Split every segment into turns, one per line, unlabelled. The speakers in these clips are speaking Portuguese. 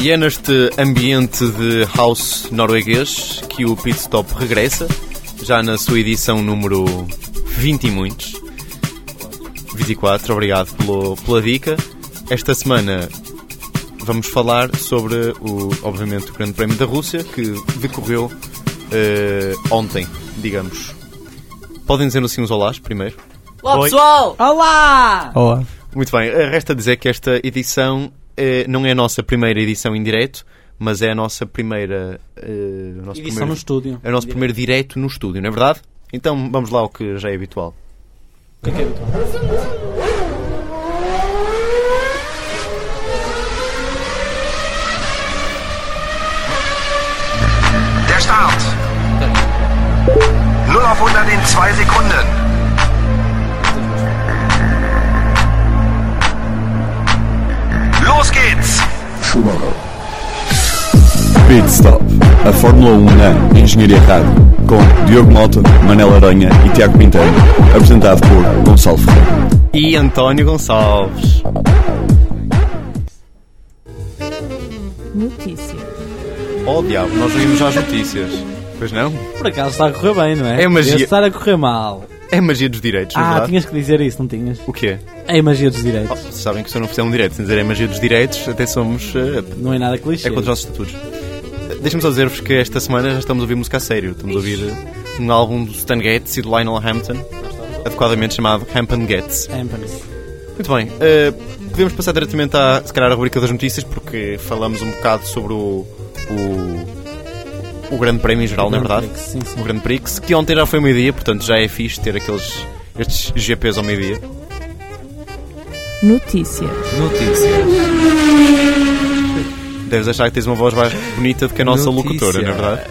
E é neste ambiente de house norueguês que o Pit Stop regressa, já na sua edição número 20 e muitos. 24, obrigado pelo, pela dica. Esta semana vamos falar sobre, o, obviamente, o Grande Prémio da Rússia, que decorreu eh, ontem, digamos. Podem dizer-nos assim uns olás, primeiro?
Olá
Oi.
pessoal!
Olá!
Olá.
Muito bem, eh, resta dizer que esta edição eh, não é a nossa primeira edição em direto, mas é a nossa primeira... eh, o nosso
Edição
primeiro-
no estúdio.
é o nosso primeiro direto no estúdio, não é verdade? Então vamos lá ao que já é habitual.
O que é que é habitual?
Der Start. 0 auf 100 in 2 Sekunden. Los geht's.
Pit Stop, a Fórmula 1 na Engenharia Rádio, com Diogo Mota, Manela Aranha e Tiago Pinteiro, apresentado por Gonçalo Ferreira.
E António Gonçalves.
Notícias.
Oh diabo, nós ouvimos já as notícias. Pois não?
Por acaso está a correr bem, não é?
É magia.
Devia estar a correr mal.
É magia dos direitos, não é
Ah,
verdade?
tinhas que dizer isso, não tinhas?
O quê?
É magia dos
Oh,
direitos.
vocês sabem que se eu não fizer um direito sem dizer é magia dos direitos, até somos. eh,
Não é nada clichê.
é contra os nossos estatutos. Eh, Deixem-me só dizer-vos que esta semana já estamos a ouvir música a sério. Estamos a ouvir eh, um álbum do Stan Getz e do Lionel Hampton, adequadamente chamado Hampton Getz.
Anthony.
Muito bem, eh, podemos passar diretamente à, se calhar, à rubrica das notícias, porque falamos um bocado sobre o. o, o Grande Prémio em geral,
O
não é
Grande
verdade?
Prix, sim, sim.
O Grande Prix, que ontem já foi meio-dia, portanto já é fixe ter aqueles. estes GPs ao meio-dia.
Notícias.
Notícias.
Deves achar que tens uma voz mais bonita do que a nossa
Notícias.
locutora, não é verdade?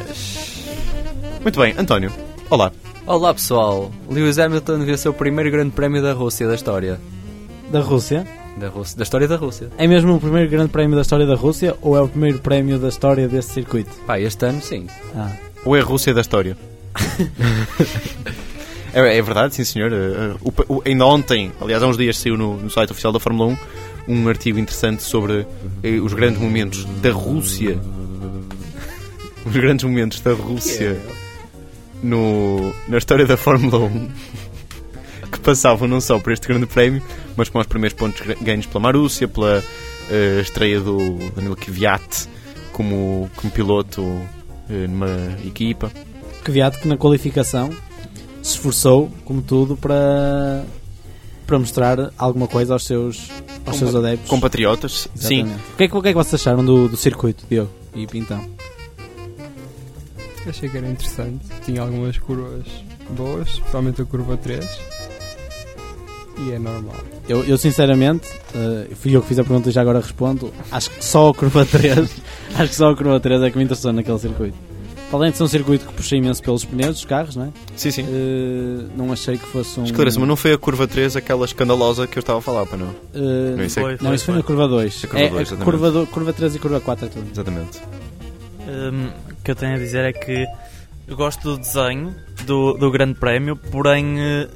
Muito bem, António, olá.
Olá pessoal. Lewis Hamilton venceu o primeiro grande prémio da Rússia da história.
Da Rússia.
Da, Rússia, da história da Rússia.
É mesmo o primeiro grande prémio da história da Rússia ou é o primeiro prémio da história desse circuito?
Pá, este ano sim.
Ah,
Ou é a Rússia da história? é, é verdade, sim senhor. Eh, eh, o pa- o- ainda ontem, aliás, há uns dias saiu no, no site oficial da Fórmula 1 um artigo interessante sobre eh, os grandes momentos da Rússia. Os grandes momentos da Rússia no, na história da Fórmula 1 que passavam não só por este grande prémio, mas com os primeiros pontos gra- ganhos pela Marússia, pela eh, estreia do Danilo Kvyat como, como piloto eh, numa equipa.
que viado que na qualificação se esforçou, como tudo, para, para mostrar alguma coisa aos seus, aos seus adeptos.
Compatriotas, sim.
Exatamente. O que, é que, o que é que vocês acharam do, do circuito, Diogo e Pintão?
Achei que era interessante. Tinha algumas curvas boas, especialmente a curva 3. E é normal.
Eu, eu sinceramente, eh, fui eu que fiz a pergunta e já agora respondo. Acho que só a curva 3, acho que só a curva 3 é que me interessou naquele circuito. Para Além de ser um circuito que puxei imenso pelos pneus dos carros, não é?
Sim, sim.
Eh, não achei que fosse um.
Esclareça, mas não foi a curva 3 aquela escandalosa que eu estava a falar, para não?
eh,
Não, isso é-
Foi.
não, isso foi na curva 2.
A é curva dois, exatamente.
curva, do, curva 3 e curva 4 é tudo.
Exatamente.
Hum, o que eu tenho a dizer é que eu gosto do desenho do, do Grande Prémio, porém eh,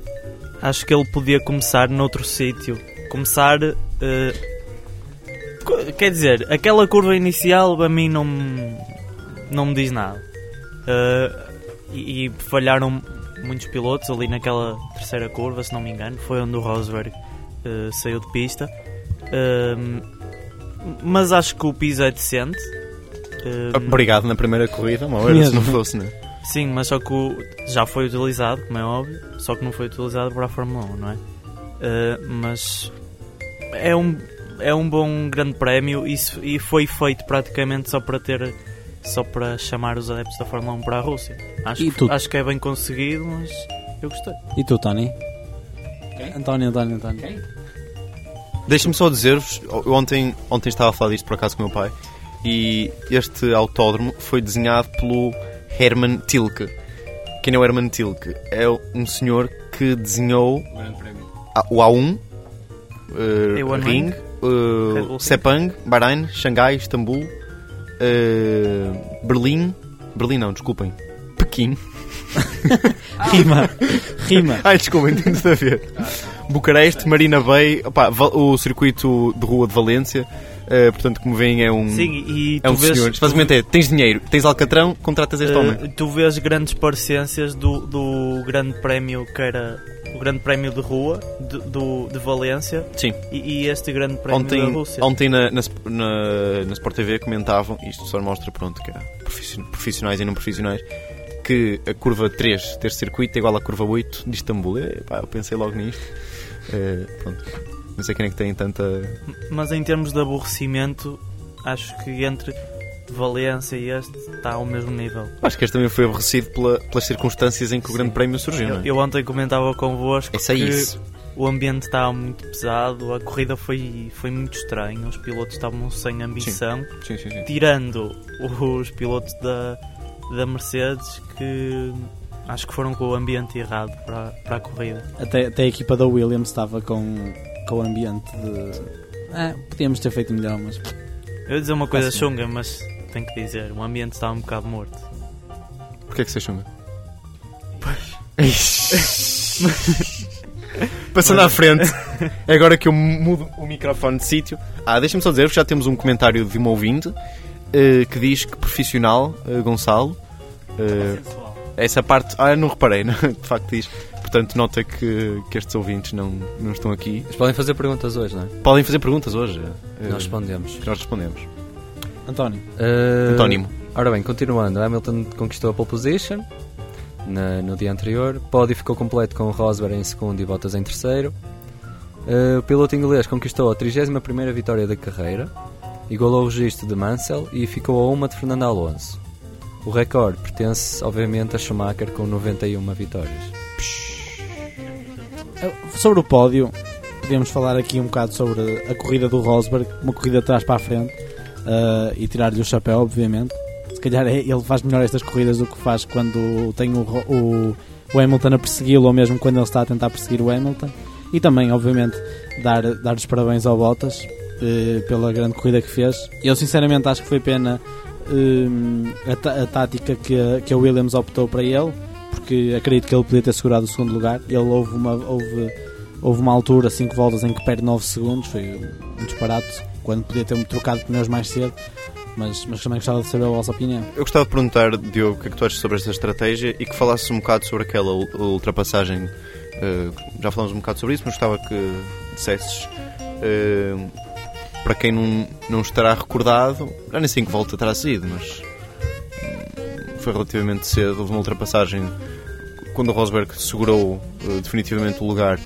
acho que ele podia começar noutro sítio. Começar. eh, co- quer dizer, aquela curva inicial a mim não, me- não me diz nada. Eh, e, e falharam muitos pilotos ali naquela terceira curva, se não me engano, foi onde o Rosberg eh, saiu de pista. Hum, mas acho que o piso é decente. Hum,
Obrigado na primeira corrida, mal era se não
Mesmo.
fosse, né?
Sim, mas só que o- já foi utilizado, como é óbvio, só que não foi utilizado para a Fórmula 1, não é? Eh, mas é um, é um bom grande prémio e, se- e foi feito praticamente só para ter só para chamar os adeptos da Fórmula 1 para a Rússia. Acho,
E
que-
tudo.
acho que é bem conseguido, mas eu gostei.
E tu, Tony? António, António, António.
Deixa-me só dizer-vos, eu ontem, ontem estava a falar disto por acaso com o meu pai, e este autódromo foi desenhado pelo Herman Tilke. Quem é o Herman Tilke? É um senhor que desenhou a- o A1, eh,
A1
Ring,
Ring,
eh,
Red Bull
Sepang, Bahrein, Xangai, Istambul, eh, Berlim, Berlim não, desculpem, Pequim.
Rima! Rima!
Ai, desculpem, tem tudo a ver. Bucareste, Marina Bay, opá, Val- o circuito de rua de Valência. eh, portanto, como veem, é um,
Sim, e
é
tu
um
vês,
senhor.
tu-
Basicamente é: tens dinheiro, tens Alcatrão, contratas este homem.
eh, tu vês grandes parecências do, do grande prémio que era o grande prémio de rua de, do, de Valência
Sim.
e, e este grande prémio da
Ontem,
Rússia.
ontem na, na, Sp- na- na Sport TV comentavam, isto só mostra pronto que há profissio- profissionais e não profissionais, que a curva 3 deste circuito é igual à curva 8 de Istambul. Eh, pá, eu pensei logo nisto. Eh, pronto. Não sei quem é que tem tanta.
Mas em termos de aborrecimento, acho que entre Valência e este está ao mesmo nível.
Acho que este também foi aborrecido pela- pelas circunstâncias em que o Grande Prémio surgiu. não
Eu,
é?
eu ontem comentava convosco
É só
que
isso.
o ambiente estava muito pesado, a corrida foi, foi muito estranha, os pilotos estavam sem ambição,
Sim, sim, sim.
tirando os pilotos da, da Mercedes que acho que foram com o ambiente errado para, para a corrida.
Até, até a equipa da Williams estava com, com o ambiente de. Ah, podíamos ter feito melhor, mas.
Eu ia dizer uma
Ah,
coisa
Assim.
chunga, mas tenho que dizer, o ambiente estava um bocado morto.
Porquê é que se chunga? Passando à frente, é agora que eu mudo o microfone de sítio. Ah, deixa-me só dizer que já temos um comentário de uma ouvinte eh, que diz que profissional, eh, Gonçalo. eh, essa parte, ah, não reparei, não, de facto diz. Portanto, nota que, que estes ouvintes não, não estão aqui.
Eles podem fazer perguntas hoje, não é?
Podem fazer perguntas hoje. eh,
Nós respondemos.
que nós respondemos.
António,
Eh,
Antónimo.
Ora bem, continuando, Hamilton conquistou a pole position na- no dia anterior. Pódio ficou completo com Rosberg em segundo e Bottas em terceiro. Eh, o piloto inglês conquistou a 31ª vitória da carreira, igualou o registro de Mansell e ficou a uma de Fernando Alonso. O recorde pertence, obviamente, a Schumacher com 91 vitórias.
sobre o pódio, podíamos falar aqui um bocado sobre a corrida do Rosberg, uma corrida de trás para a frente, ah, e tirar-lhe o chapéu, obviamente. Se calhar é- ele faz melhor estas corridas do que faz quando tem o, Ro- o, o Hamilton a persegui-lo, ou mesmo quando ele está a tentar perseguir o Hamilton. E também, obviamente, dar, dar os parabéns ao Bottas eh, pela grande corrida que fez. Eu, sinceramente, acho que foi pena hum, a, ta- a tática que a, que a Williams optou para ele, porque acredito que ele podia ter segurado o segundo lugar. Ele houve uma. Houve, Houve uma altura, 5 voltas, em que perde 9 segundos, foi um disparate, quando podia ter-me trocado de pneus mais cedo, mas, mas também gostava de saber a vossa opinião.
Eu gostava de perguntar, Diogo, o que é que tu achas sobre esta estratégia e que falasses um bocado sobre aquela ul- ultrapassagem. eh, já falamos um bocado sobre isso, mas gostava que dissesses. eh, para quem não, não estará recordado, já nem sei em que volta terá sido, mas hum, foi relativamente cedo. Houve uma ultrapassagem quando o Rosberg segurou eh, definitivamente o lugar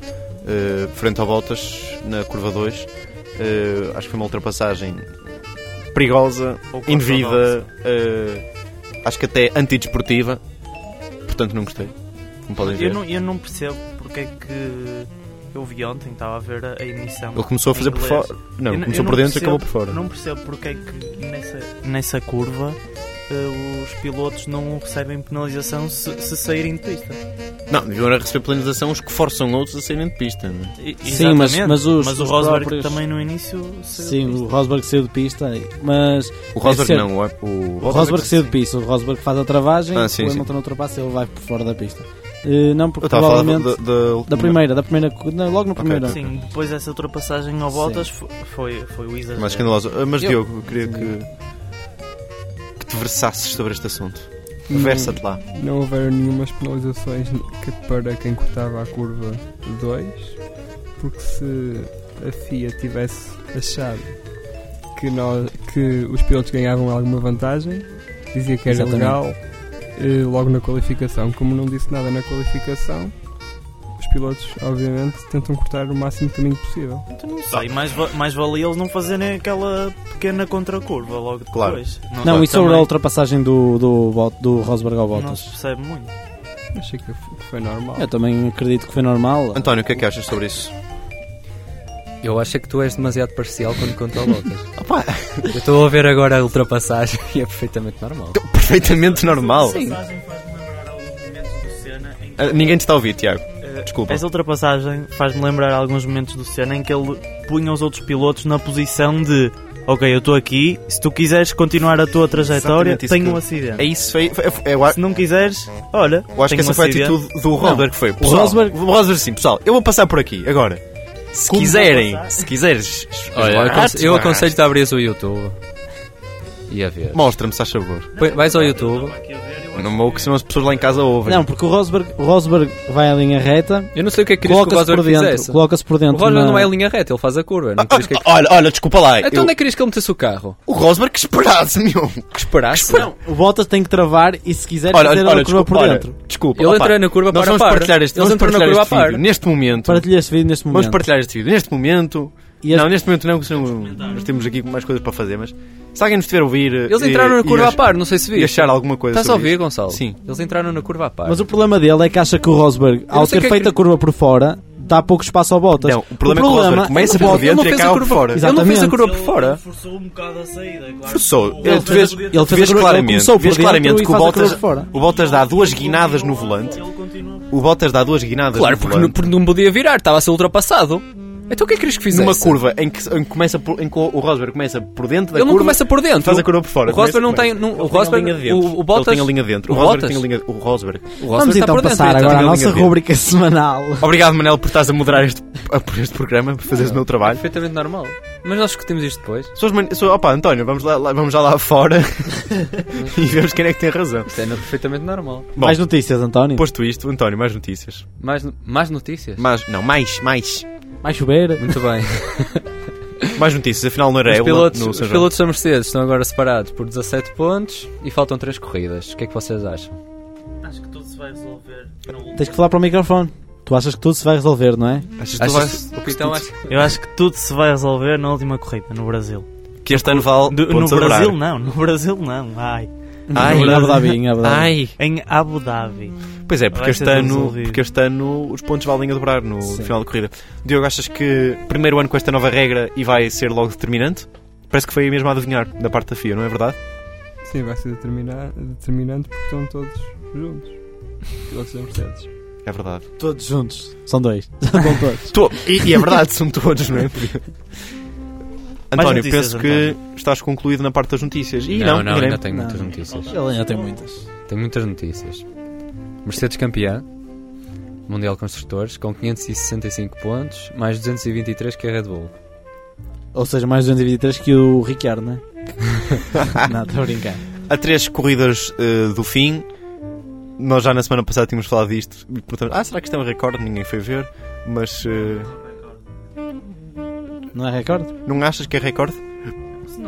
eh, frente ao Bottas na curva 2. eh, acho que foi uma ultrapassagem perigosa,
Ou com
indevida, eh, acho que até antidesportiva. Portanto, não gostei. Como podem ver.
Eu não, eu não percebo porque é que eu vi ontem, estava a ver a, a emissão.
Ele começou a fazer
em
por
inglês.
fora. Não,
Eu não- eu
começou
não
por dentro e
percebo-
acabou por fora.
Não percebo porque é que nessa, nessa curva eh, os pilotos não recebem penalização se, se saírem de pista.
Não, deviam era receber penalização os que forçam outros a saírem de pista. não é?
E-
Sim, mas-
exatamente.
mas os-
o
os
Rosberg
próprios-
também no início saiu
Sim,
de
o
pista.
Rosberg saiu de pista, mas
O
É
Rosberg
certo.
não, o, o
o Rosberg saiu de pista, o Rosberg faz a travagem,
Ah, sim,
o
sim.
Hamilton ultrapassa e ele vai por fora da pista. Eh, não,
Eu
porque
estava a falar
provavelmente
da, da,
da primeira, da primeira, cu- não, logo no
Ok.
primeiro.
Sim, depois dessa ultrapassagem ao
Sim.
Bottas fo- foi, foi o exagero.
Mais escandalosa. Ah, Mas
Eu-
Diogo, eu queria que, que te versasses sobre este assunto. Versa-te lá.
Não houveram nenhumas penalizações que para quem cortava a curva 2, porque se a FIA tivesse achado que, nós, que os pilotos ganhavam alguma vantagem, dizia que era
Exatamente.
legal eh, logo na qualificação. Como não disse nada na qualificação, os pilotos, obviamente, tentam cortar o máximo de caminho possível.
Então não sei, mais, va- mais valia eles não fazerem aquela pequena contracurva logo
Claro. é
depois.
Não,
sei,
e sobre
também
a ultrapassagem do, do, Bot- do Rosberg ao
Não
Bottas?
se percebe muito.
Achei que f- que foi normal.
Eu também acredito que foi normal.
António, o que é que achas sobre isso?
Eu acho é que tu és demasiado parcial quando conta a Bottas. Eu estou a ver agora a ultrapassagem e é perfeitamente normal.
Perfeitamente normal.
faz-me lembrar alguns momentos do Senna em
Ah, Ninguém te está a ouvir, Tiago.
Eh,
Desculpa.
Essa ultrapassagem faz-me lembrar alguns momentos do Senna em que ele punha os outros pilotos na posição de ok, eu estou aqui, se tu quiseres continuar a tua trajetória,
Exatamente isso
tenho
que-
um acidente.
É isso foi. foi- foi- eu, a-
Se não quiseres, olha,
eu acho que
tenho um
essa foi a
acidente.
atitude do Rosberg. que Foi. Pessoal, o Rosberg...
Rosberg-
sim, pessoal, eu vou passar por aqui agora. Se
Como
quiserem,
vou passar?
se quiseres,
Olha, eu
esbarrar-te,
aconse- eu
esbarrar-te.
aconselho-te a abrir o YouTube e a ver.
Mostra-me, se faz favor.
Põe- Vais ao YouTube.
Não vou, que senão as pessoas lá em casa ouvem.
Não, porque o Rosberg, o Rosberg vai à linha reta,
Eu não sei o que é que querias que o
coloca-se por
Rosberg
dentro.
fizesse.
Coloca-se por
O
dentro.
Rosberg
na-
não é a linha reta, ele faz a curva. Não querias que...
Olha, olha, desculpa lá.
Então
Ah, eu-
onde é que querias que ele metesse o carro?
O Rosberg que esperasse, meu.
Que esperasse?
Não, o Bottas tem que travar e se quiser fazer a curva por
olha,
dentro.
desculpa.
Ele
opa,
entra na curva
nós
para a
vamos
par.
partilhar este,
Eles
vamos
entram na
partilhar
curva
este
a par.
vídeo neste momento.
Partilha este vídeo neste
Vamos
momento.
partilhar este vídeo neste momento.
E este-
Não, neste momento não, porque senão nós temos aqui mais coisas para fazer, mas se alguém nos tiver a ouvir.
Eles entraram na curva
a
a par, não sei se
E
viste.
achar alguma coisa.
Estás a
sobre
ouvir,
isto.
Gonçalo?
Sim.
Eles entraram na curva a par.
Mas o problema dele é que acha que o Rosberg, ao
sei
ter
que é
feito
que-
a curva por fora, dá pouco espaço ao Bottas.
Não, o problema é que o Rosberg começa
o
por
Bottas-
dentro e
fez a
acaba por
curva-
fora.
Ele não fez a
Exatamente.
curva por fora.
forçou um bocado a saída, claro.
Forçou.
Ele
Ele, tu vês,
fez a- ele
tu
fez a
vês
curva- ele
claramente,
começou
tu vês
por dentro
claramente
e
que o
faz a curva
Bottas,
por fora.
o Bottas dá duas guinadas no volante. O Bottas dá duas guinadas
Claro,
no
porque não,
volante.
porque não podia virar, estava a ser ultrapassado. Então o que é que querias que fizesse?
numa curva em que, em que começa por- em que o Rosberg começa por dentro da
Ele não
curva,
começa por dentro.
faz a curva por fora.
O Rosberg não tem.
Começa-
Não, o
Ele tem a
Rosberg.
linha de dentro.
O, o Bottas.
Ele tem a linha de dentro. O,
o
Rosberg
Bottas-
tem a linha de- o Rosberg.
o Rosberg
Vamos
está
então
por dentro,
passar
então.
agora à
Tem a
nossa
linha de-
rúbrica semanal.
Obrigado, Manel, por estás a moderar este, por este programa, por fazeres o meu trabalho.
Perfeitamente normal. Mas nós discutimos isto depois.
Suas man... Sua... Opa, António, vamos, lá, lá- vamos já lá fora e vemos quem é que tem razão.
Isto é no- perfeitamente normal.
Bom,
Mais notícias, António.
posto isto, António, mais notícias.
Mais, no- mais notícias?
Mais, não, mais, mais.
Mais chover.
Muito bem.
Mais notícias, afinal não era
Os
eu
pilotos,
no
os
São João.
pilotos da Mercedes estão agora separados por 17 pontos e faltam 3 corridas. O que é que vocês acham?
Acho que tudo se vai resolver.
Tens que falar para o microfone. Tu achas que tudo se vai resolver, não é?
Achas que tu
Achas,
vais-
então, acho,
Eu acho que tudo se vai resolver na última corrida, no Brasil.
que este ano vale
Do- no
pontos a dobrar.
Brasil não, no Brasil não. Ai.
Ai.
Em Abu Dhabi, em Abu Dhabi.
Ai.
Em Abu Dhabi.
Pois é, porque
Vai
este,
ser
ano,
resolvido.
porque este ano os pontos valem a dobrar no
Sim.
final da corrida. Diogo, achas que primeiro ano com esta nova regra e vai ser logo determinante? Parece que foi mesmo a adivinhar da parte da FIA, não é verdade?
Sim, vai ser determina- determinante porque estão todos juntos. Pilotos da Mercedes.
É verdade.
Todos juntos. São dois. São todos.
Tô- E, e é verdade, são todos, não é? Porque- António,
notícias,
penso que estás concluído na parte das notícias. E não,
não, não,
Guilherme.
ainda tenho
Não.
muitas notícias.
Ele ainda tem muitas.
Tenho muitas notícias. Mercedes campeã, Mundial de Construtores, com 565 pontos, mais 223 que a Red Bull.
Ou seja, mais 223 que o Ricciardo, não é? não, estou a brincar.
a três corridas eh, do fim. Nós já na semana passada tínhamos falado disto. E, portanto, ah, será que isto é um recorde? Ninguém foi ver. Mas eh,
Não é recorde?
não achas que é recorde?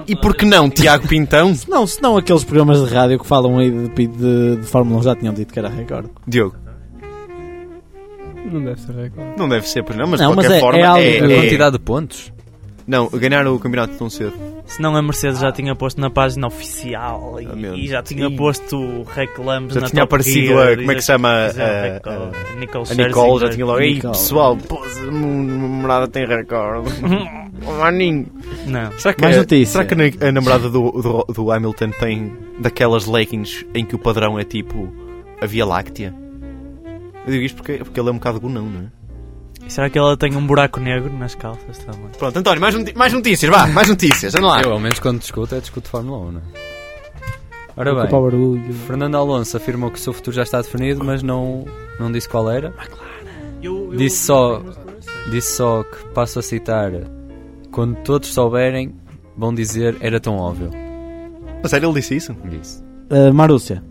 E por que não, Tiago Pintão?
Não, se não aqueles programas de rádio que falam aí de, de, de Fórmula 1 já tinham dito que era recorde.
Diogo,
Não deve ser recorde.
não deve ser, pois não, mas
Não,
de qualquer
mas é-
forma.
é algo-
A
É.
quantidade de pontos?
Não, ganhar o campeonato tão cedo.
Senão a Mercedes já tinha posto na página oficial e,
Ah, meu
e já tinha
Deus.
posto reclames
Já
na
tinha
Top
aparecido
Gear,
a- como é que se chama, a-
um
a-
a eh, Nicole,
A Nicole já
Scherzinger.
tinha logo. Ei,
Nicole.
pessoal, pô, a namorada tem recorde. Oh, Maninho.
Não.
Será que, é-
Mais notícia.
Será que a- a namorada do, do, do Hamilton tem daquelas leggings em que o padrão é tipo a Via Láctea? Eu digo isto porque, porque ele é um bocado gunão, não é?
E será que ela tem um buraco negro nas calças também?
Pronto, António, mais, noti- mais notícias, vá, mais notícias, anda lá.
Eu, ao menos quando discuto, é discuto Fórmula 1, não é? Ora
Desculpa o
bem,
um.
barulho.
Fernando Alonso afirmou que o seu futuro já está definido, mas não, não disse qual era. Disse só, disse só que, passo a citar, quando todos souberem, vão dizer era tão óbvio.
A sério, ele disse isso?
Disse.
Uh, Marúcia,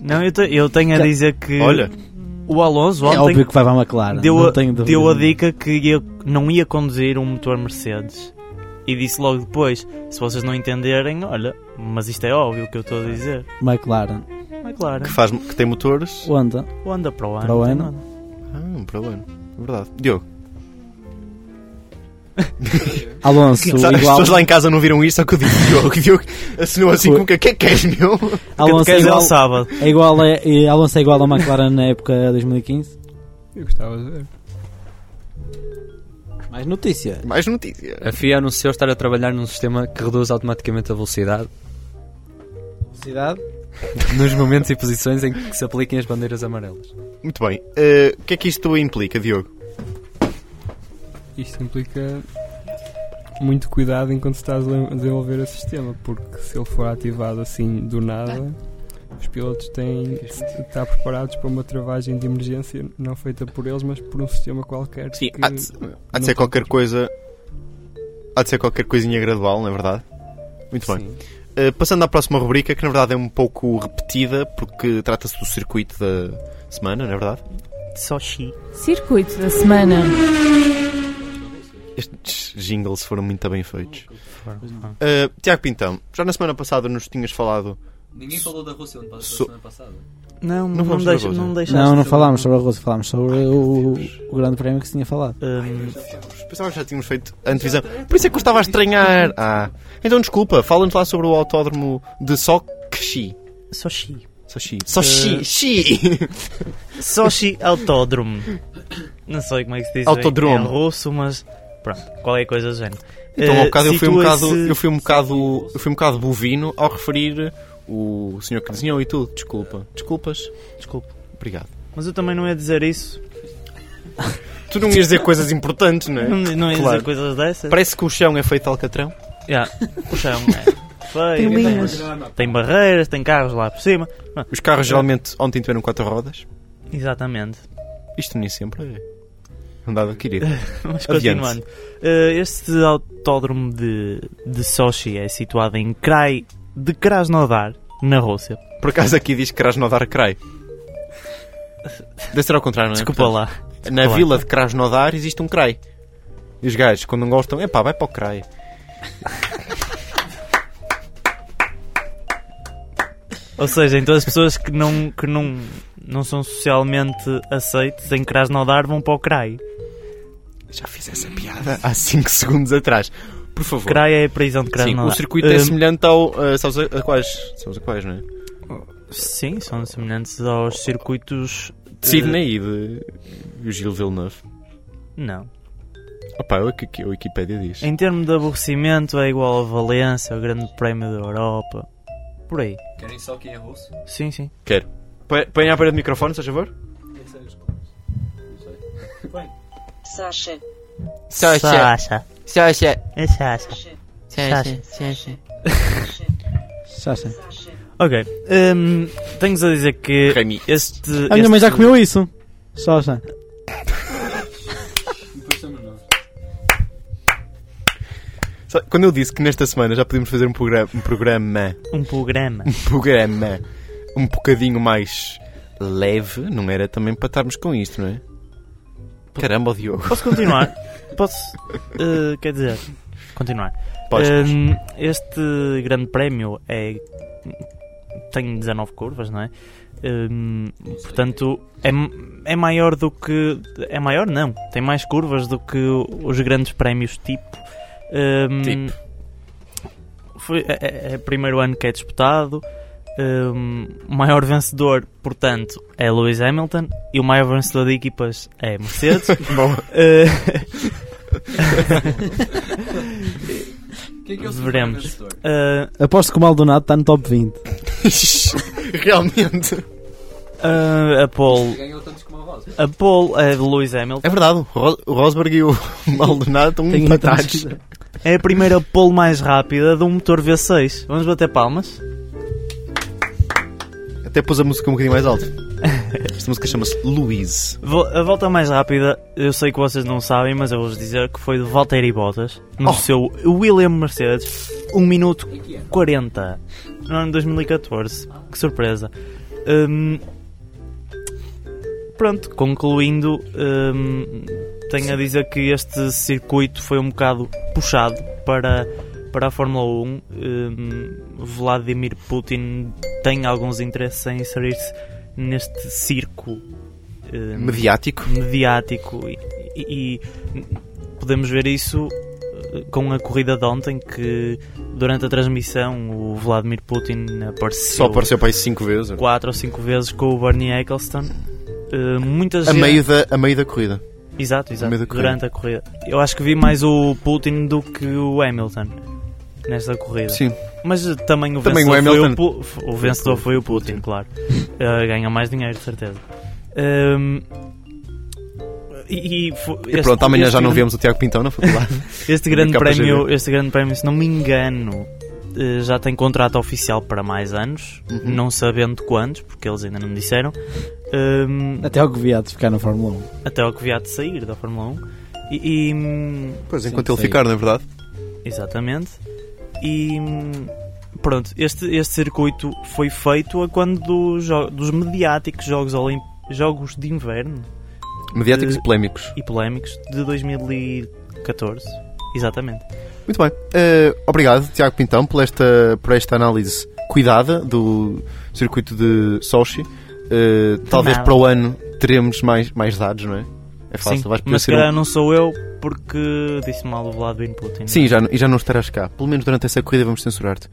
Não, eu, te- eu tenho a dizer que
Olha,
o Alonso
é
ontem
óbvio que vai para a McLaren.
deu,
não
a,
tenho dúvida
deu a
nenhuma.
dica que ia- não ia conduzir um motor Mercedes. E disse logo depois: se vocês não entenderem, olha, mas isto é óbvio o que eu estou a dizer.
McLaren.
McLaren,
que, faz, que tem motores.
Honda.
o anda para o ano.
Para o
tem
ano.
nada.
Ah, um problema. É verdade. Diogo,
Alonso,
sabe, as
igual.
pessoas lá em casa não viram isto, só que eu disse Diogo. e Diogo assinou assim como que o que é que és, meu?
O que tu
Alonso, é
queres é
igual,
o sábado.
é igual a, e Alonso é igual a McLaren na época de 2015.
Eu gostava de ver.
Mais notícia.
Mais notícias.
A FIA anunciou estar a trabalhar num sistema que reduz automaticamente a velocidade
Velocidade.
nos momentos e posições em que se apliquem as bandeiras amarelas.
Muito bem. eh, O que é que isto implica, Diogo?
Isto implica muito cuidado enquanto estás a le- desenvolver o sistema, porque se ele for ativado assim do nada, os pilotos têm de estar preparados para uma travagem de emergência não feita por eles, mas por um sistema qualquer.
Sim,
que-
há de, há de
não
ser
tem
qualquer
controle.
coisa. Há de ser qualquer coisinha gradual, não é verdade? Muito bem.
Sim.
Uh, passando à próxima rubrica, que na verdade é um pouco repetida, porque trata-se do circuito da semana, não é verdade?
Só chi.
Circuito da semana.
Estes jingles foram muito bem feitos. Uh, Tiago Pintão, já na semana passada nos tinhas falado.
Ninguém falou da Rússia onde
passou a
semana passada.
Não, é.
Não
não,
vamos
deixa,
sobre a
não
Rússia.
deixaste.
Não, não
de-
falámos sobre a Rússia, falámos sobre o, o grande prémio que se tinha falado.
Hum,
Pensava que já tínhamos feito antevisão. Por isso é que eu estava a estranhar. Ah, então desculpa, fala-nos lá sobre o autódromo de Sochi.
só chi.
Sochi. Sochi.
Uh,
Xi.
Só chi autódromo. Não sei como é que se diz.
Autódromo.
em- Em russo, mas pronto, qualquer coisa do género.
Então,
Eh,
ao bocado, eu fui um bocado,
situa-se-
eu fui um bocado, eu fui um bocado bovino ao referir o senhor que desenhou e tudo. Desculpa. Desculpas.
Desculpa,
Obrigado.
mas eu também não ia dizer isso.
Tu não ias dizer coisas importantes, não
Não,
é?
não ia
Claro.
dizer coisas dessas.
Parece que o chão é feito de alcatrão.
Yeah, o chão é feio.
Tem linhas.
tem barreiras, tem carros lá por cima.
Os carros geralmente ontem tiveram quatro rodas.
Exatamente.
Isto nem sempre é andado adquirido.
Mas
Adiante.
continuando. Eh, este autódromo de, de Sochi é situado em Krai de Krasnodar, na Rússia.
Por acaso aqui diz que Krasnodar Krai. Deve ser ao contrário, não é?
Desculpa lá.
Portanto, Na
lá.
vila de Krasnodar existe um Krai. E os gajos, quando não gostam, é pá, vai para o Krai.
Ou seja, então as pessoas que não, que não, não são socialmente aceites em Krasnodar vão para o Krai.
Já fiz essa piada há 5 segundos atrás. Por favor.
Krai é a prisão de
Sim,
Krasnodar.
o circuito
Eh,
é semelhante ao. Uh, sabes a, a quais? Sabes a quais, não é?
Sim, são semelhantes aos circuitos.
De Sydney e de. E o Gil Villeneuve.
Não.
Opa, é o que que a Wikipédia diz.
Em termos de aborrecimento, é igual a Valência, ao Grande Prémio da Europa. Por aí.
Querem só quem é russo?
Sim, sim.
Põe- Põe à parede do microfone, se faz favor.
Саша,
Sasha.
Sasha.
Sasha.
É Sasha.
Sasha. Sasha.
Chacha.
Ok. Hum, Tenho-vos a dizer que
Remy.
este.
A minha mãe já
este-
comeu isso. Chacha.
Só- Quando eu disse que nesta semana já podíamos fazer um programa. Um programa.
Um programa.
Um programa. Um bocadinho mais leve, não era também para estarmos com isto, não é? Caramba, o Diogo.
Posso continuar? Posso. eh, quer dizer. Continuar.
Podes, podes.
Hum, este grande prémio é. tem 19 curvas, não é? Hum, portanto, é, é maior do que. É maior, não. Tem mais curvas do que os grandes prémios tipo. Hum,
Tipo.
Foi, é, é- é o primeiro ano que é disputado. Hum, o maior vencedor, portanto, é Lewis Hamilton. E o maior vencedor de equipas é Mercedes.
Bom,
Eh,
Quem é que é o seu
Veremos.
vencedor?
eh,
Aposto que o Maldonado está no top 20.
realmente.
eh, a pole
Ganhou tantos como a Rosa.
A pole é de Lewis Hamilton.
É verdade, o Ro- o Rosberg e o Maldonado estão
Tenho
empatados.
É a primeira pole mais rápida de um motor V6. Vamos bater palmas?
Até pôs a música um bocadinho mais alta. Esta música chama-se Louise.
Vo- A volta mais rápida, eu sei que vocês não sabem, mas eu vou-vos dizer que foi de Valtteri Bottas no
Oh.
seu William Mercedes, 1 minuto 40, no ano de 2014. Que surpresa. Hum, pronto, concluindo, hum, tenho a dizer que este circuito foi um bocado puxado para, para a Fórmula 1. Hum, Vladimir Putin tem alguns interesses em inserir-se neste circo hum,
Mediático.
mediático e, e- e podemos ver isso eh, com a corrida de ontem que durante a transmissão o Vladimir Putin apareceu
Só apareceu para aí 5 vezes.
quatro ou cinco vezes com o Bernie Eccleston Eh, muitas
A
vezes-
meio, da, a meio da corrida.
exato, exato
meio da corrida.
durante a corrida eu acho que vi mais o Putin do que o Hamilton nesta corrida
Sim.
mas eh, também o
Também o
vencedor foi
Hamilton.
o, Pu- f- o vencedor foi o Putin, claro. Eh, ganha mais dinheiro, de certeza. Ehm, E, e fo-
E
este-
pronto, amanhã
este
já não
grande-
vemos o Tiago Pintão na faculdade.
Este grande,
Nunca mais
prémio,
ver.
este grande prémio, se não me engano, eh, já tem contrato oficial para mais anos,
Uhum.
não sabendo quantos, porque eles ainda não me disseram. Hum,
Até ao Goviado ficar na Fórmula 1.
até ao que vier de sair da Fórmula 1. E, e, hum,
Pois,
Sim,
enquanto ele
sei.
ficar, não é verdade?
Exatamente. E hum, pronto, este, este circuito foi feito a quando do jo- dos mediáticos Jogos, Olim- Jogos de Inverno
Mediáticos
Eh,
e polémicos.
e Polémicos de 2014. Exatamente.
Muito bem. Eh, obrigado, Tiago Pintão, por esta, por esta análise cuidada do circuito de Sochi. Eh, talvez
nada.
para o ano teremos mais, mais dados, não é? É fácil.
Sim,
Vais poder
mas se
ser um-
calhar não sou eu porque disse mal o Vladimir Putin.
Sim, já, e já não estarás cá. Pelo menos durante essa corrida vamos censurar-te.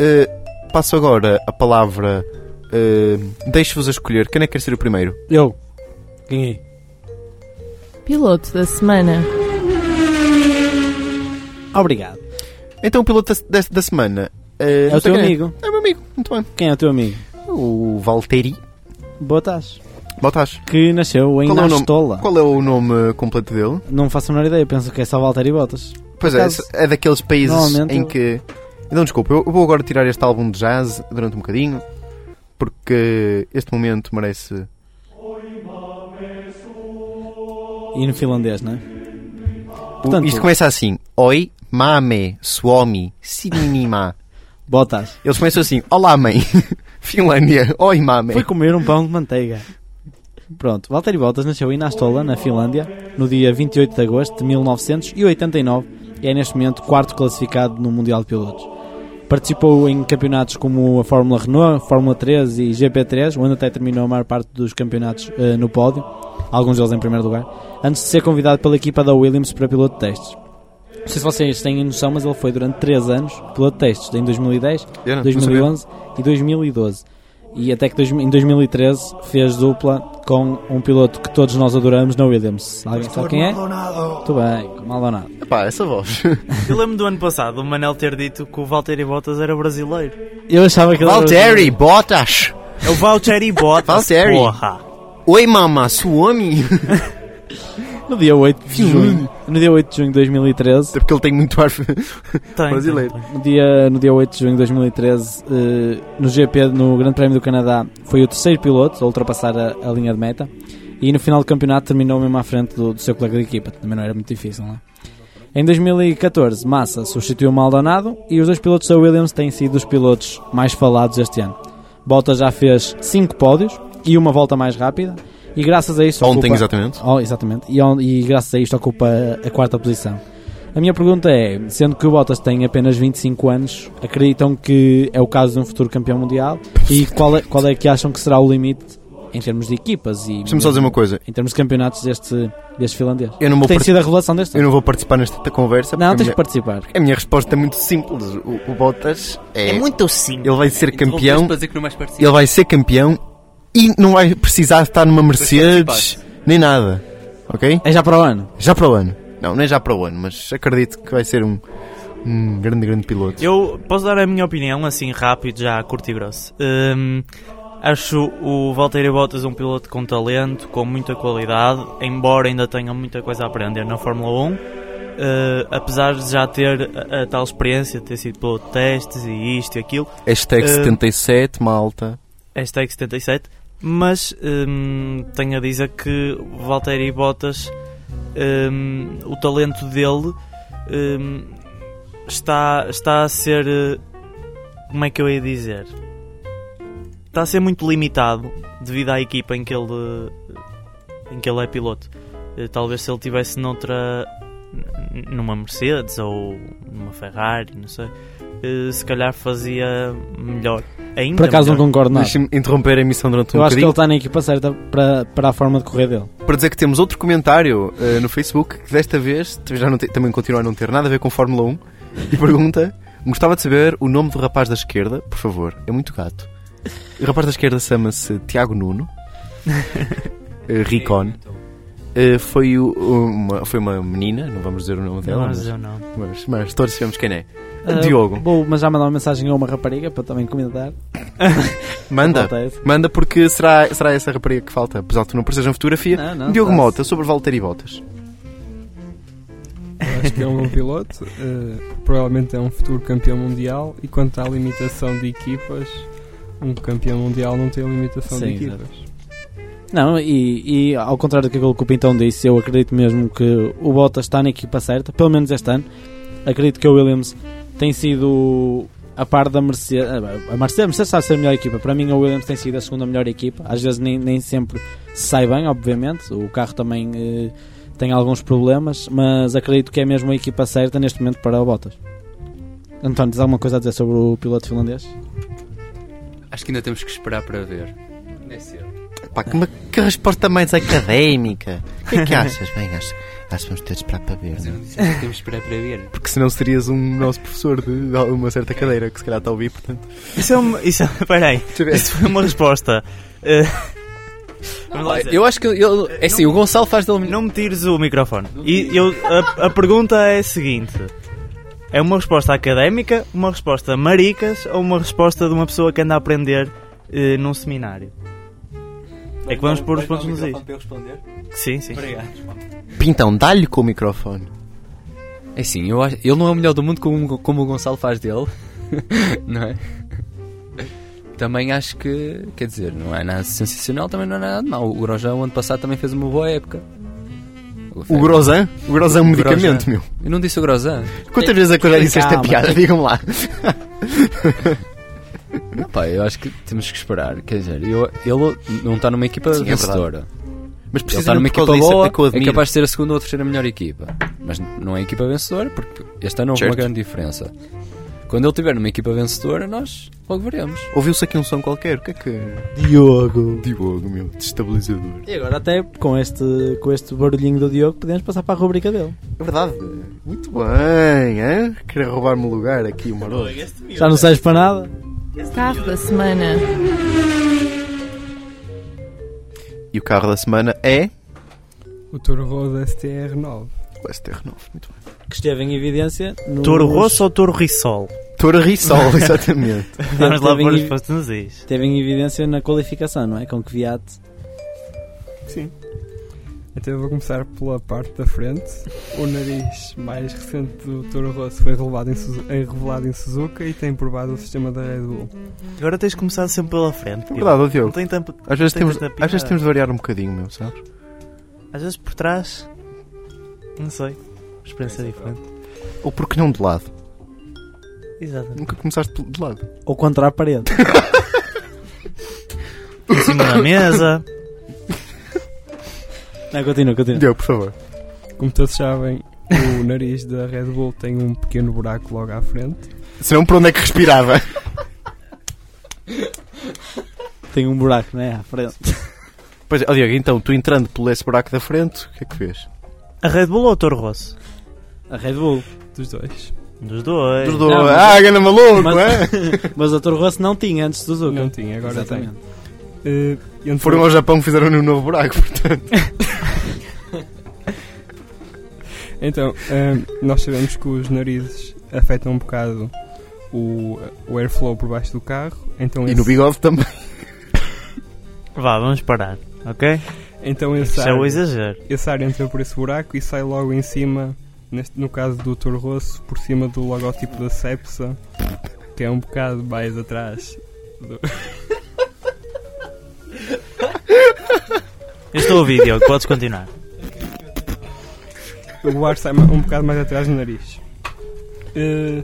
Eh, passo agora a palavra. eh, Deixo-vos a escolher quem é que quer ser o primeiro.
Eu. Ganhei.
é?
Piloto da semana.
Obrigado.
Então, o piloto da, da- da semana. eh,
É
não
o
sei
teu
quem
amigo.
É. meu amigo, muito bem.
Quem é o teu amigo?
O Valteri
Botas.
Botas.
Que nasceu em
Qual é o nome?
Nastola.
Qual é o nome completo dele?
Não faço a menor ideia, penso que é só Valtteri Botas.
Pois
Por
é,
acaso,
é daqueles países
normalmente
em
eu-
que. Não, desculpa, eu vou agora tirar este álbum de jazz durante um bocadinho, porque este momento merece.
E no finlandês, não é? Portanto-
Isto começa assim: Oi, mame, suomi, sinima.
Botas.
Eles começam assim: Olá, mãe, Finlândia, oi, mame.
Foi comer um pão de manteiga. Pronto, Valtteri Bottas nasceu em Nastola, na Finlândia, no dia 28 de agosto de 1989 e é neste momento quarto classificado no Mundial de Pilotos. Participou em campeonatos como a Fórmula Renault, Fórmula 3 e GP3, onde até terminou a maior parte dos campeonatos eh, no pódio, alguns deles em primeiro lugar, antes de ser convidado pela equipa da Williams para piloto de testes. Não sei se vocês têm noção, mas ele foi durante 3 anos piloto de testes, em 2010,
Eu não- não sabia.
2011 e 2012. E até que dois- em 2013 fez dupla com um piloto que todos nós adoramos na Williams. Alguém sabe quem é? Muito bem, Maldonado.
Epá, essa voz.
Eu lembro do ano passado o Manel ter dito que o Valtteri Bottas era brasileiro.
Eu achava que ele era
Valtteri, Botas.
É o Valtteri Bottas.
Valtteri.
Porra!
Oi, mama, suomi.
No dia 8 de junho. No dia 8 de junho de 2013.
Até porque ele tem muito ar
Tem,
brasileiro.
tem, tem.
No dia, no dia 8 de junho de 2013, eh, no GP, no Grande Prémio do Canadá, foi o terceiro piloto a ultrapassar a, a linha de meta. E no final do campeonato terminou mesmo à frente do, do seu colega de equipa. Também não era muito difícil, não é? Em 2014, Massa substituiu Maldonado e os dois pilotos da Williams têm sido os pilotos mais falados este ano. Bottas já fez 5 pódios e uma volta mais rápida. E graças a isso...
Ontem,
ocupa-
exatamente.
Oh, exatamente. E, on- e graças a isto ocupa a quarta posição. A minha pergunta é, sendo que o Bottas tem apenas 25 anos, acreditam que é o caso de um futuro campeão mundial? E qual é, qual é que acham que será o limite em termos de equipas e
Deixa-me só dizer uma coisa.
em termos de campeonatos deste, deste finlandês?
Eu não vou,
Tem
par-
sido a revelação deste
eu
ano?
não vou participar nesta conversa.
Não,
porque
tens
a
de participar.
minha... a minha resposta é muito simples. O, o Botas é.
muito simples.
Ele vai ser campeão.
Para dizer que não vais participar.
Ele vai ser campeão e não vai precisar estar numa Mercedes nem nada. Ok?
É já para o ano.
Já para o ano. Não, não é já para o ano, mas acredito que vai ser um, um grande, grande piloto.
Eu posso dar a minha opinião, assim, rápido, já curto e grosso. Hum, acho o Valtteri Bottas um piloto com talento, com muita qualidade, embora ainda tenha muita coisa a aprender na Fórmula 1. Eh, apesar de já ter a, a tal experiência, ter sido piloto de testes e isto e aquilo,
Hashtag
Eh,
77, malta.
hashtag 77, mas hum, tenho a dizer que o Valtteri Bottas, hum, o talento dele hum, está, está a ser. eh, Como é que eu ia dizer? Está a ser muito limitado devido à equipa em que ele, em que ele é piloto. Eh, Talvez se ele tivesse noutra. n- numa Mercedes ou numa Ferrari, não sei, eh, se calhar fazia melhor. Ainda
Por acaso
melhor.
não concordo nada.
Deixa-me interromper a emissão durante um
Eu acho que ele
bocadinho.
está na equipa certa para, para a forma de correr dele.
Para dizer que temos outro comentário eh, no Facebook que desta vez já não tem- também continua a não ter nada a ver com Fórmula 1 e pergunta: Gostava de saber o nome do rapaz da esquerda, por favor. É muito gato. O rapaz da esquerda chama-se Tiago Nuno eh, Ricon. Eh, foi, o- uma, foi uma menina, não vamos dizer o nome dela,
Não,
mas,
mas eu não.
mas, mas todos sabemos quem é.
Ah,
Diogo.
Vou, mas já mandar uma mensagem a uma rapariga para também comentar.
Manda.
Falta essa.
Manda porque será, será essa rapariga que falta. Apesar de tu não precisas de fotografia.
Não, não,
Diogo
tá-se.
Mota sobre Valtteri Bottas.
Eu Acho que é um bom piloto, eh, provavelmente é um futuro campeão mundial. E quanto à limitação de equipas, um campeão mundial não tem limitação
Sim,
de equipas.
Não, e, e ao contrário daquilo que o Pintão disse, eu acredito mesmo que o Bottas está na equipa certa, pelo menos este ano. Acredito que a Williams tem sido a par da Mercedes. A Mercedes, a Mercedes sabe ser a melhor equipa. Para mim, a Williams tem sido a segunda melhor equipa. Às vezes nem, nem sempre se sai bem, obviamente. O carro também eh, tem alguns problemas, mas acredito que é mesmo a equipa certa neste momento para o Bottas. António, tens alguma coisa a dizer sobre o piloto finlandês?
Acho que ainda temos que esperar para ver. É cedo.
Pá, que, uma- que resposta mais académica. O que é que achas? Bem, acho, acho que vamos ter de esperar para ver. não é?
Temos que esperar para ver.
Porque senão serias um nosso professor de, de uma certa cadeira que se calhar está a ouvir, portanto.
Isso é uma. Isso, é- peraí, isso foi uma resposta. Eh, vamos lá dizer.
Eu acho que ele. É assim, o Gonçalo faz dele.
Não me tires o microfone. E eu, a, a pergunta é a seguinte: é uma resposta académica, uma resposta maricas ou uma resposta de uma pessoa que anda a aprender eh, num seminário? É que vamos pôr os pontos nos is. Sim, sim.
Pintão, dá-lhe com o microfone.
É assim, eu acho, ele não é o melhor do mundo como, como o Gonçalo faz dele, não é? Também acho que, quer dizer, não é nada sensacional, também não é nada de mal. O Grosjean, ano passado, também fez uma boa época.
O Grosan? O Grosan é um medicamento, meu.
Eu não disse o Grosjean.
Quantas vezes é que eu já disse esta
Calma.
piada? Digam lá.
Não, Ah, pá, eu acho que temos que esperar. Quer dizer, eu- ele não está numa equipa
Sim, é verdade.
vencedora.
Mas
Ele está numa
precisamente por
equipa
causa disso
boa,
é que eu
é
admiro.
capaz de ser a segunda ou a terceira melhor equipa. Mas não é equipa vencedora, porque este ano houve
Certo.
uma grande diferença. Quando ele estiver numa equipa vencedora, nós logo veremos.
Ouviu-se aqui um som qualquer? O que é que.
Diogo!
Diogo, meu, destabilizador.
E agora até com este, com este barulhinho do Diogo podemos passar para a rubrica dele.
É verdade. Muito bem, hein? Queria roubar-me o lugar aqui, o maroto.
Já não sabes para nada?
Carro da semana.
E o carro da semana é.
O Toro Rosso STR9.
O STR9. Muito bem.
Que esteve em evidência no.
Touro Rosso ou Touro Rissol?
Toro Rissol, exatamente.
Vamos lá
Teve
pôr os
em-
pontos nos is.
Esteve em evidência na qualificação, não é? Com que Viat.
Sim. Então eu vou começar pela parte da frente. O nariz mais recente do Toro Rosso foi revelado em, Suzu- eh, revelado em Suzuka e tem provado o sistema da Red Bull.
Agora tens começado sempre pela frente.
É
Pio.
verdade, ó
Não
Diogo.
tem tempo.
Às vezes,
não tem
temos,
tanta piada.
às vezes temos de variar um bocadinho, meu, sabes?
Às vezes por trás. Não sei. Experiência é diferente.
Ou porque não de lado?
Exatamente.
Nunca começaste pelo- de lado.
Ou contra a parede.
Em cima da mesa.
não, continua, continua.
Diogo, por favor.
Como todos sabem, o nariz da Red Bull tem um pequeno buraco logo à frente.
Senão, por onde é que respirava?
Tem um buraco, não é? À frente.
Pois é, ó Diogo, então, tu entrando pelo esse buraco da frente, o que é que fez?
A Red Bull ou o Toro Rosso? Um
A Red Bull.
Dos dois.
Dos dois.
Dos dois.
Não, mas-
Ah, ganda maluco, é?
Mas a Toro Rosso não tinha antes do Zuka.
Não tinha, agora
Exatamente.
tem. Eh, entrou-
Foram ao Japão fizeram-lhe um novo buraco, portanto.
Então, ahm, nós sabemos que os narizes afetam um bocado o, o airflow por baixo do carro. Então
E
esse,
no bigode também.
Vá, vamos parar, ok?
Então esse
Isso é
ar,
o exagero.
esse ar entra por esse buraco e sai logo em cima, neste, no caso do Toro Rosso, por cima do logótipo da Cepsa, que é um bocado mais atrás.
Eu estou a ouvir, Diogo, podes continuar.
O ar sai ma- um bocado mais atrás do nariz. Eh,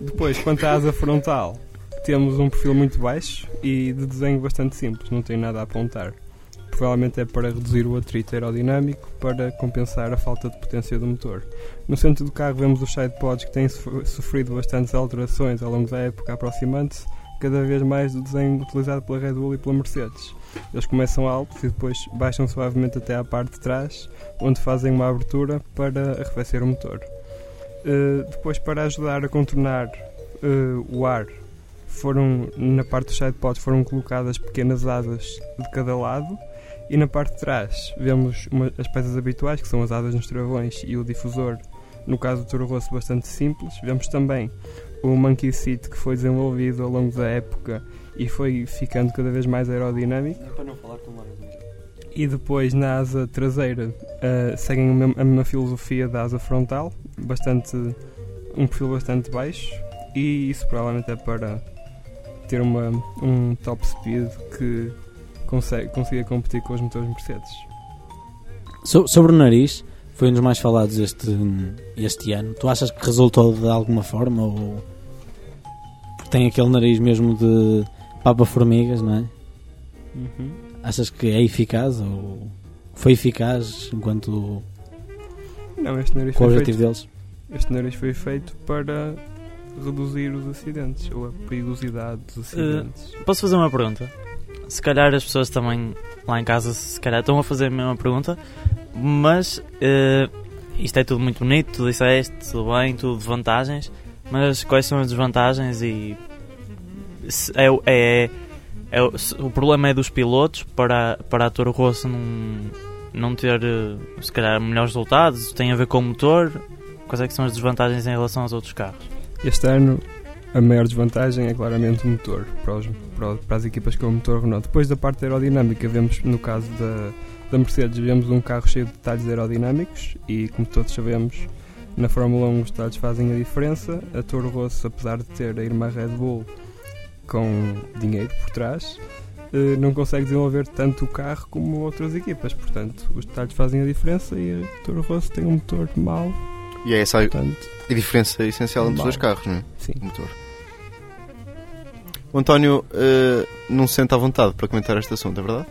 depois, quanto à asa frontal, temos um perfil muito baixo e de desenho bastante simples, não tem nada a apontar. Provavelmente é para reduzir o atrito aerodinâmico para compensar a falta de potência do motor. No centro do carro vemos os sidepods que têm sof- sofrido bastantes alterações ao longo da época, aproximando-se cada vez mais do desenho utilizado pela Red Bull e pela Mercedes. Eles começam altos e depois baixam suavemente até à parte de trás, onde fazem uma abertura para arrefecer o motor. Eh, depois, para ajudar a contornar eh, o ar, foram na parte dos sidepods foram colocadas pequenas asas de cada lado e na parte de trás vemos uma- as peças habituais, que são as asas nos travões e o difusor, no caso do Toro Rosso, bastante simples. Vemos também o Monkey Seat que foi desenvolvido ao longo da época e foi ficando cada vez mais aerodinâmico.
para não falar tão longe.
E depois na asa traseira ah, seguem o mesmo- a mesma filosofia da asa frontal, bastante um perfil bastante baixo e isso provavelmente é para ter uma, um top speed que consegue, consiga competir com os motores Mercedes.
So- sobre o nariz, foi um dos mais falados este, este ano. Tu achas que resultou de alguma forma? Ou porque tem aquele nariz mesmo de papa-formigas, não é?
Uhum.
Achas que é eficaz ou foi eficaz enquanto
Não, este nariz
com o
foi
objetivo
feito,
deles?
Este nariz foi feito para reduzir os acidentes ou a perigosidade dos
Eh,
acidentes.
posso fazer uma pergunta? Se calhar as pessoas também lá em casa se calhar estão a fazer a mesma pergunta, mas eh, isto é tudo muito bonito, tudo disseste, tudo bem, tudo vantagens, mas quais são as desvantagens e se é, o- é- é o- se o problema é dos pilotos para, para a Toro Rosso não, não ter eh, se calhar melhores resultados, tem a ver com o motor, quais é que são as desvantagens em relação aos outros carros?
Este ano, a maior desvantagem é claramente o motor para, os- para o- para as equipas com o motor Renault. Depois da parte aerodinâmica, vemos, no caso da, da Mercedes, vemos um carro cheio de detalhes aerodinâmicos e, como todos sabemos, na Fórmula 1 os detalhes fazem a diferença. A Toro Rosso, apesar de ter a irmã Red Bull com dinheiro por trás, eh, não consegue desenvolver tanto o carro como outras equipas. Portanto, os detalhes fazem a diferença e a Toro Rosso tem um motor mau
E é essa a, a diferença essencial entre os
Mal.
dois carros, não é?
Sim.
O motor. O António eh, não se sente à vontade para comentar este assunto, é verdade?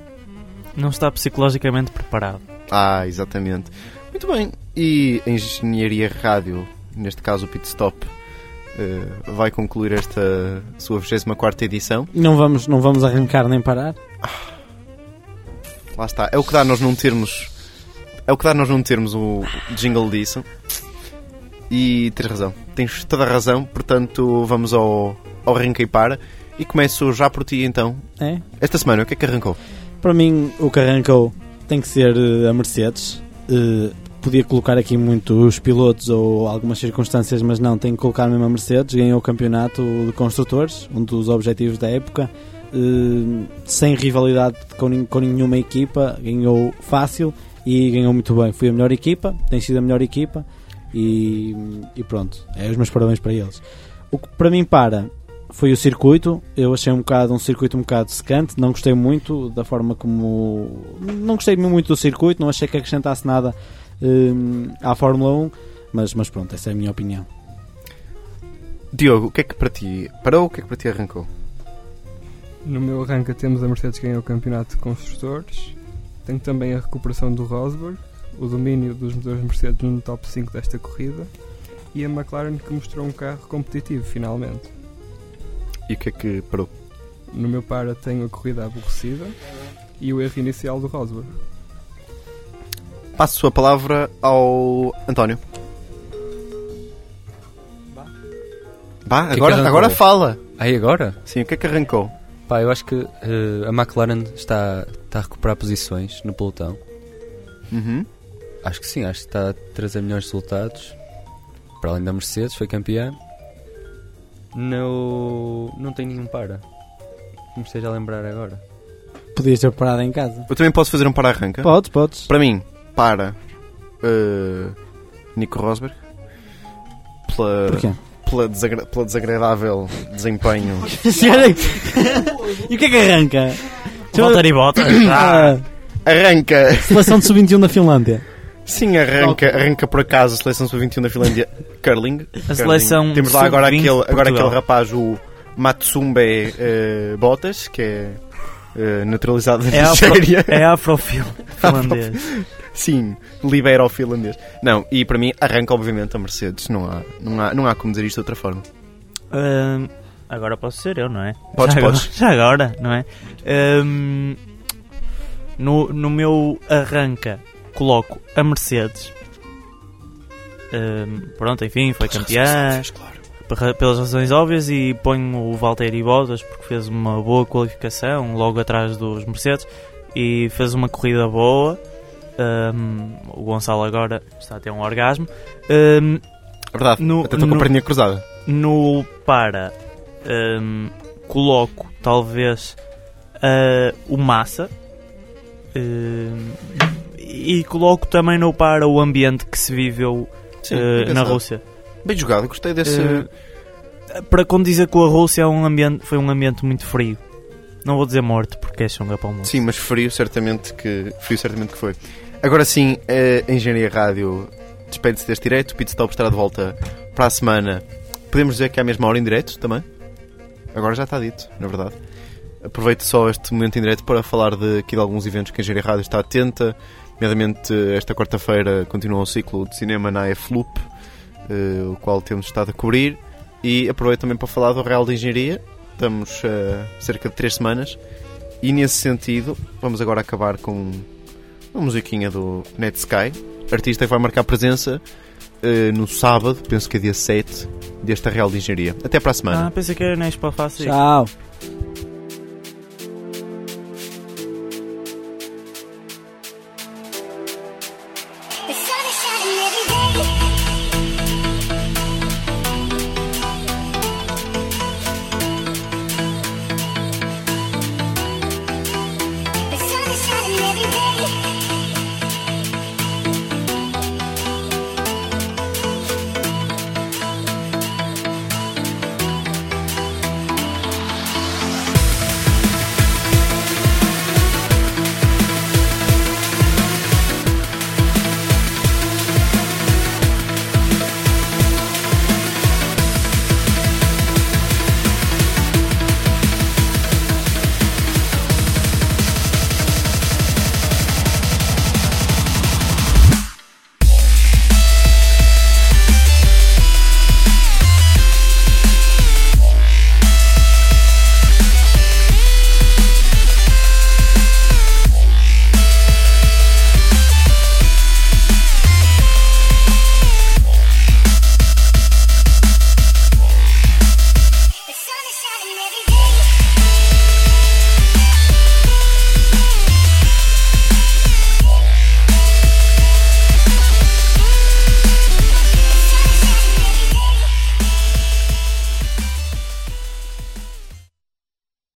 Não está psicologicamente preparado.
Ah, exatamente. Muito bem. E a Engenharia Rádio, neste caso o Pit Stop, eh, vai concluir esta sua 24 edição.
Não vamos, não vamos arrancar nem parar.
Lá está. É o que dá nós não termos. É o que dá nós não termos o jingle disso. E tens razão. Tens toda a razão. Portanto, vamos ao, ao arranca e para. E começo já por ti então.
É?
Esta semana, o que é que arrancou?
Para mim, o que arrancou tem que ser eh, a Mercedes. Eh, podia colocar aqui muitos pilotos ou algumas circunstâncias, mas não, tem que colocar mesmo a Mercedes. Ganhou o campeonato de construtores, um dos objetivos da época. Eh, sem rivalidade com, nin- com nenhuma equipa, ganhou fácil e ganhou muito bem. Foi a melhor equipa, tem sido a melhor equipa e, e pronto. É os meus parabéns para eles. O que para mim para foi o circuito. Eu achei um bocado um circuito um bocado secante, não gostei muito da forma como não gostei muito do circuito, não achei que acrescentasse nada hum, à Fórmula 1, mas, mas pronto, essa é a minha opinião.
Diogo, o que é que para ti parou? O que é que para ti arrancou?
No meu arranca temos a Mercedes que ganhou o campeonato de construtores. Tenho também a recuperação do Rosberg, o domínio dos motores Mercedes no top 5 desta corrida e a McLaren que mostrou um carro competitivo finalmente.
E o que é que parou?
No meu para tenho a corrida aborrecida e o erro inicial do Rosberg.
Passo a palavra ao António. Bah,
que é que
agora,
arrancou?
agora fala.
Aí agora?
Sim, o que é que arrancou?
Pá, eu acho que eh, a McLaren está, está a recuperar posições no pelotão.
Uhum.
Acho que sim, acho que está a trazer melhores resultados. Para além da Mercedes, foi campeã. No... Não tem nenhum para. Comecei a lembrar agora.
Podias ter parado em casa.
Eu também posso fazer um para arranca?
Podes, podes.
Para mim, para eh, Nico Rosberg pela,
Porquê?
pela, desagra- pela desagradável desempenho.
e o que é que arranca?
Então,
Valtteri Bottas.
Ah,
Arranca!
seleção de sub-21 da Finlândia.
Sim, arranca, arranca por acaso a seleção sub-21 da Finlândia. Curling. Curling.
seleção
Temos lá agora
sub-20 de
aquele, agora
Portugal.
aquele rapaz, o Matsumbe eh, Bottas, que é eh, naturalizado da
É afro-
Nigéria.
é afrofil- finlandês.
Afro- Sim, libera o finlandês. Não, e para mim arranca obviamente a Mercedes. Não há, não há, não há como dizer isto de outra forma.
Ahm, agora posso ser eu, não é?
Podes,
já
podes.
Agora, já agora, não é? Ahm, no, no meu arranca, coloco a Mercedes. Ahm, pronto, enfim, foi campeã. Perra- Pelas razões óbvias e ponho o Valtteri Bottas porque fez uma boa qualificação logo atrás dos Mercedes e fez uma corrida boa. Ahm, o Gonçalo agora está a ter um orgasmo. Ahm,
É verdade, até estou com a perninha cruzada.
No para, hum, coloco talvez ah, o Massa. hum, e coloco também no para o ambiente que se viveu
Sim,
ah,
bem
na
pensado.
Rússia.
Bem jogado, gostei desse.
Eh, Ah, para condizer com a Rússia, é um ambiente, foi um ambiente muito frio. Não vou dizer morto, porque é chunga para o mundo.
Sim, mas frio certamente que, frio certamente que foi. Agora sim, a Engenharia Rádio despede-se deste direto. O Pete Stop estará de volta para a semana. Podemos dizer que é a mesma hora em direto também? Agora já está dito, na verdade. Aproveito só este momento em direto para falar de, aqui de alguns eventos que a Engenharia Rádio está atenta. Nomeadamente, esta quarta-feira continua o ciclo de cinema na F-Loop, eh, o qual temos estado a cobrir. E aproveito também para falar do Real de Engenharia. Estamos eh, cerca de três semanas. E nesse sentido, vamos agora acabar com uma musiquinha do Netsky, artista que vai marcar presença eh, no sábado, penso que é dia 7, desta Real de Engenharia. Até para a semana.
Ah, pensei que era na Expo Fácil.
Tchau.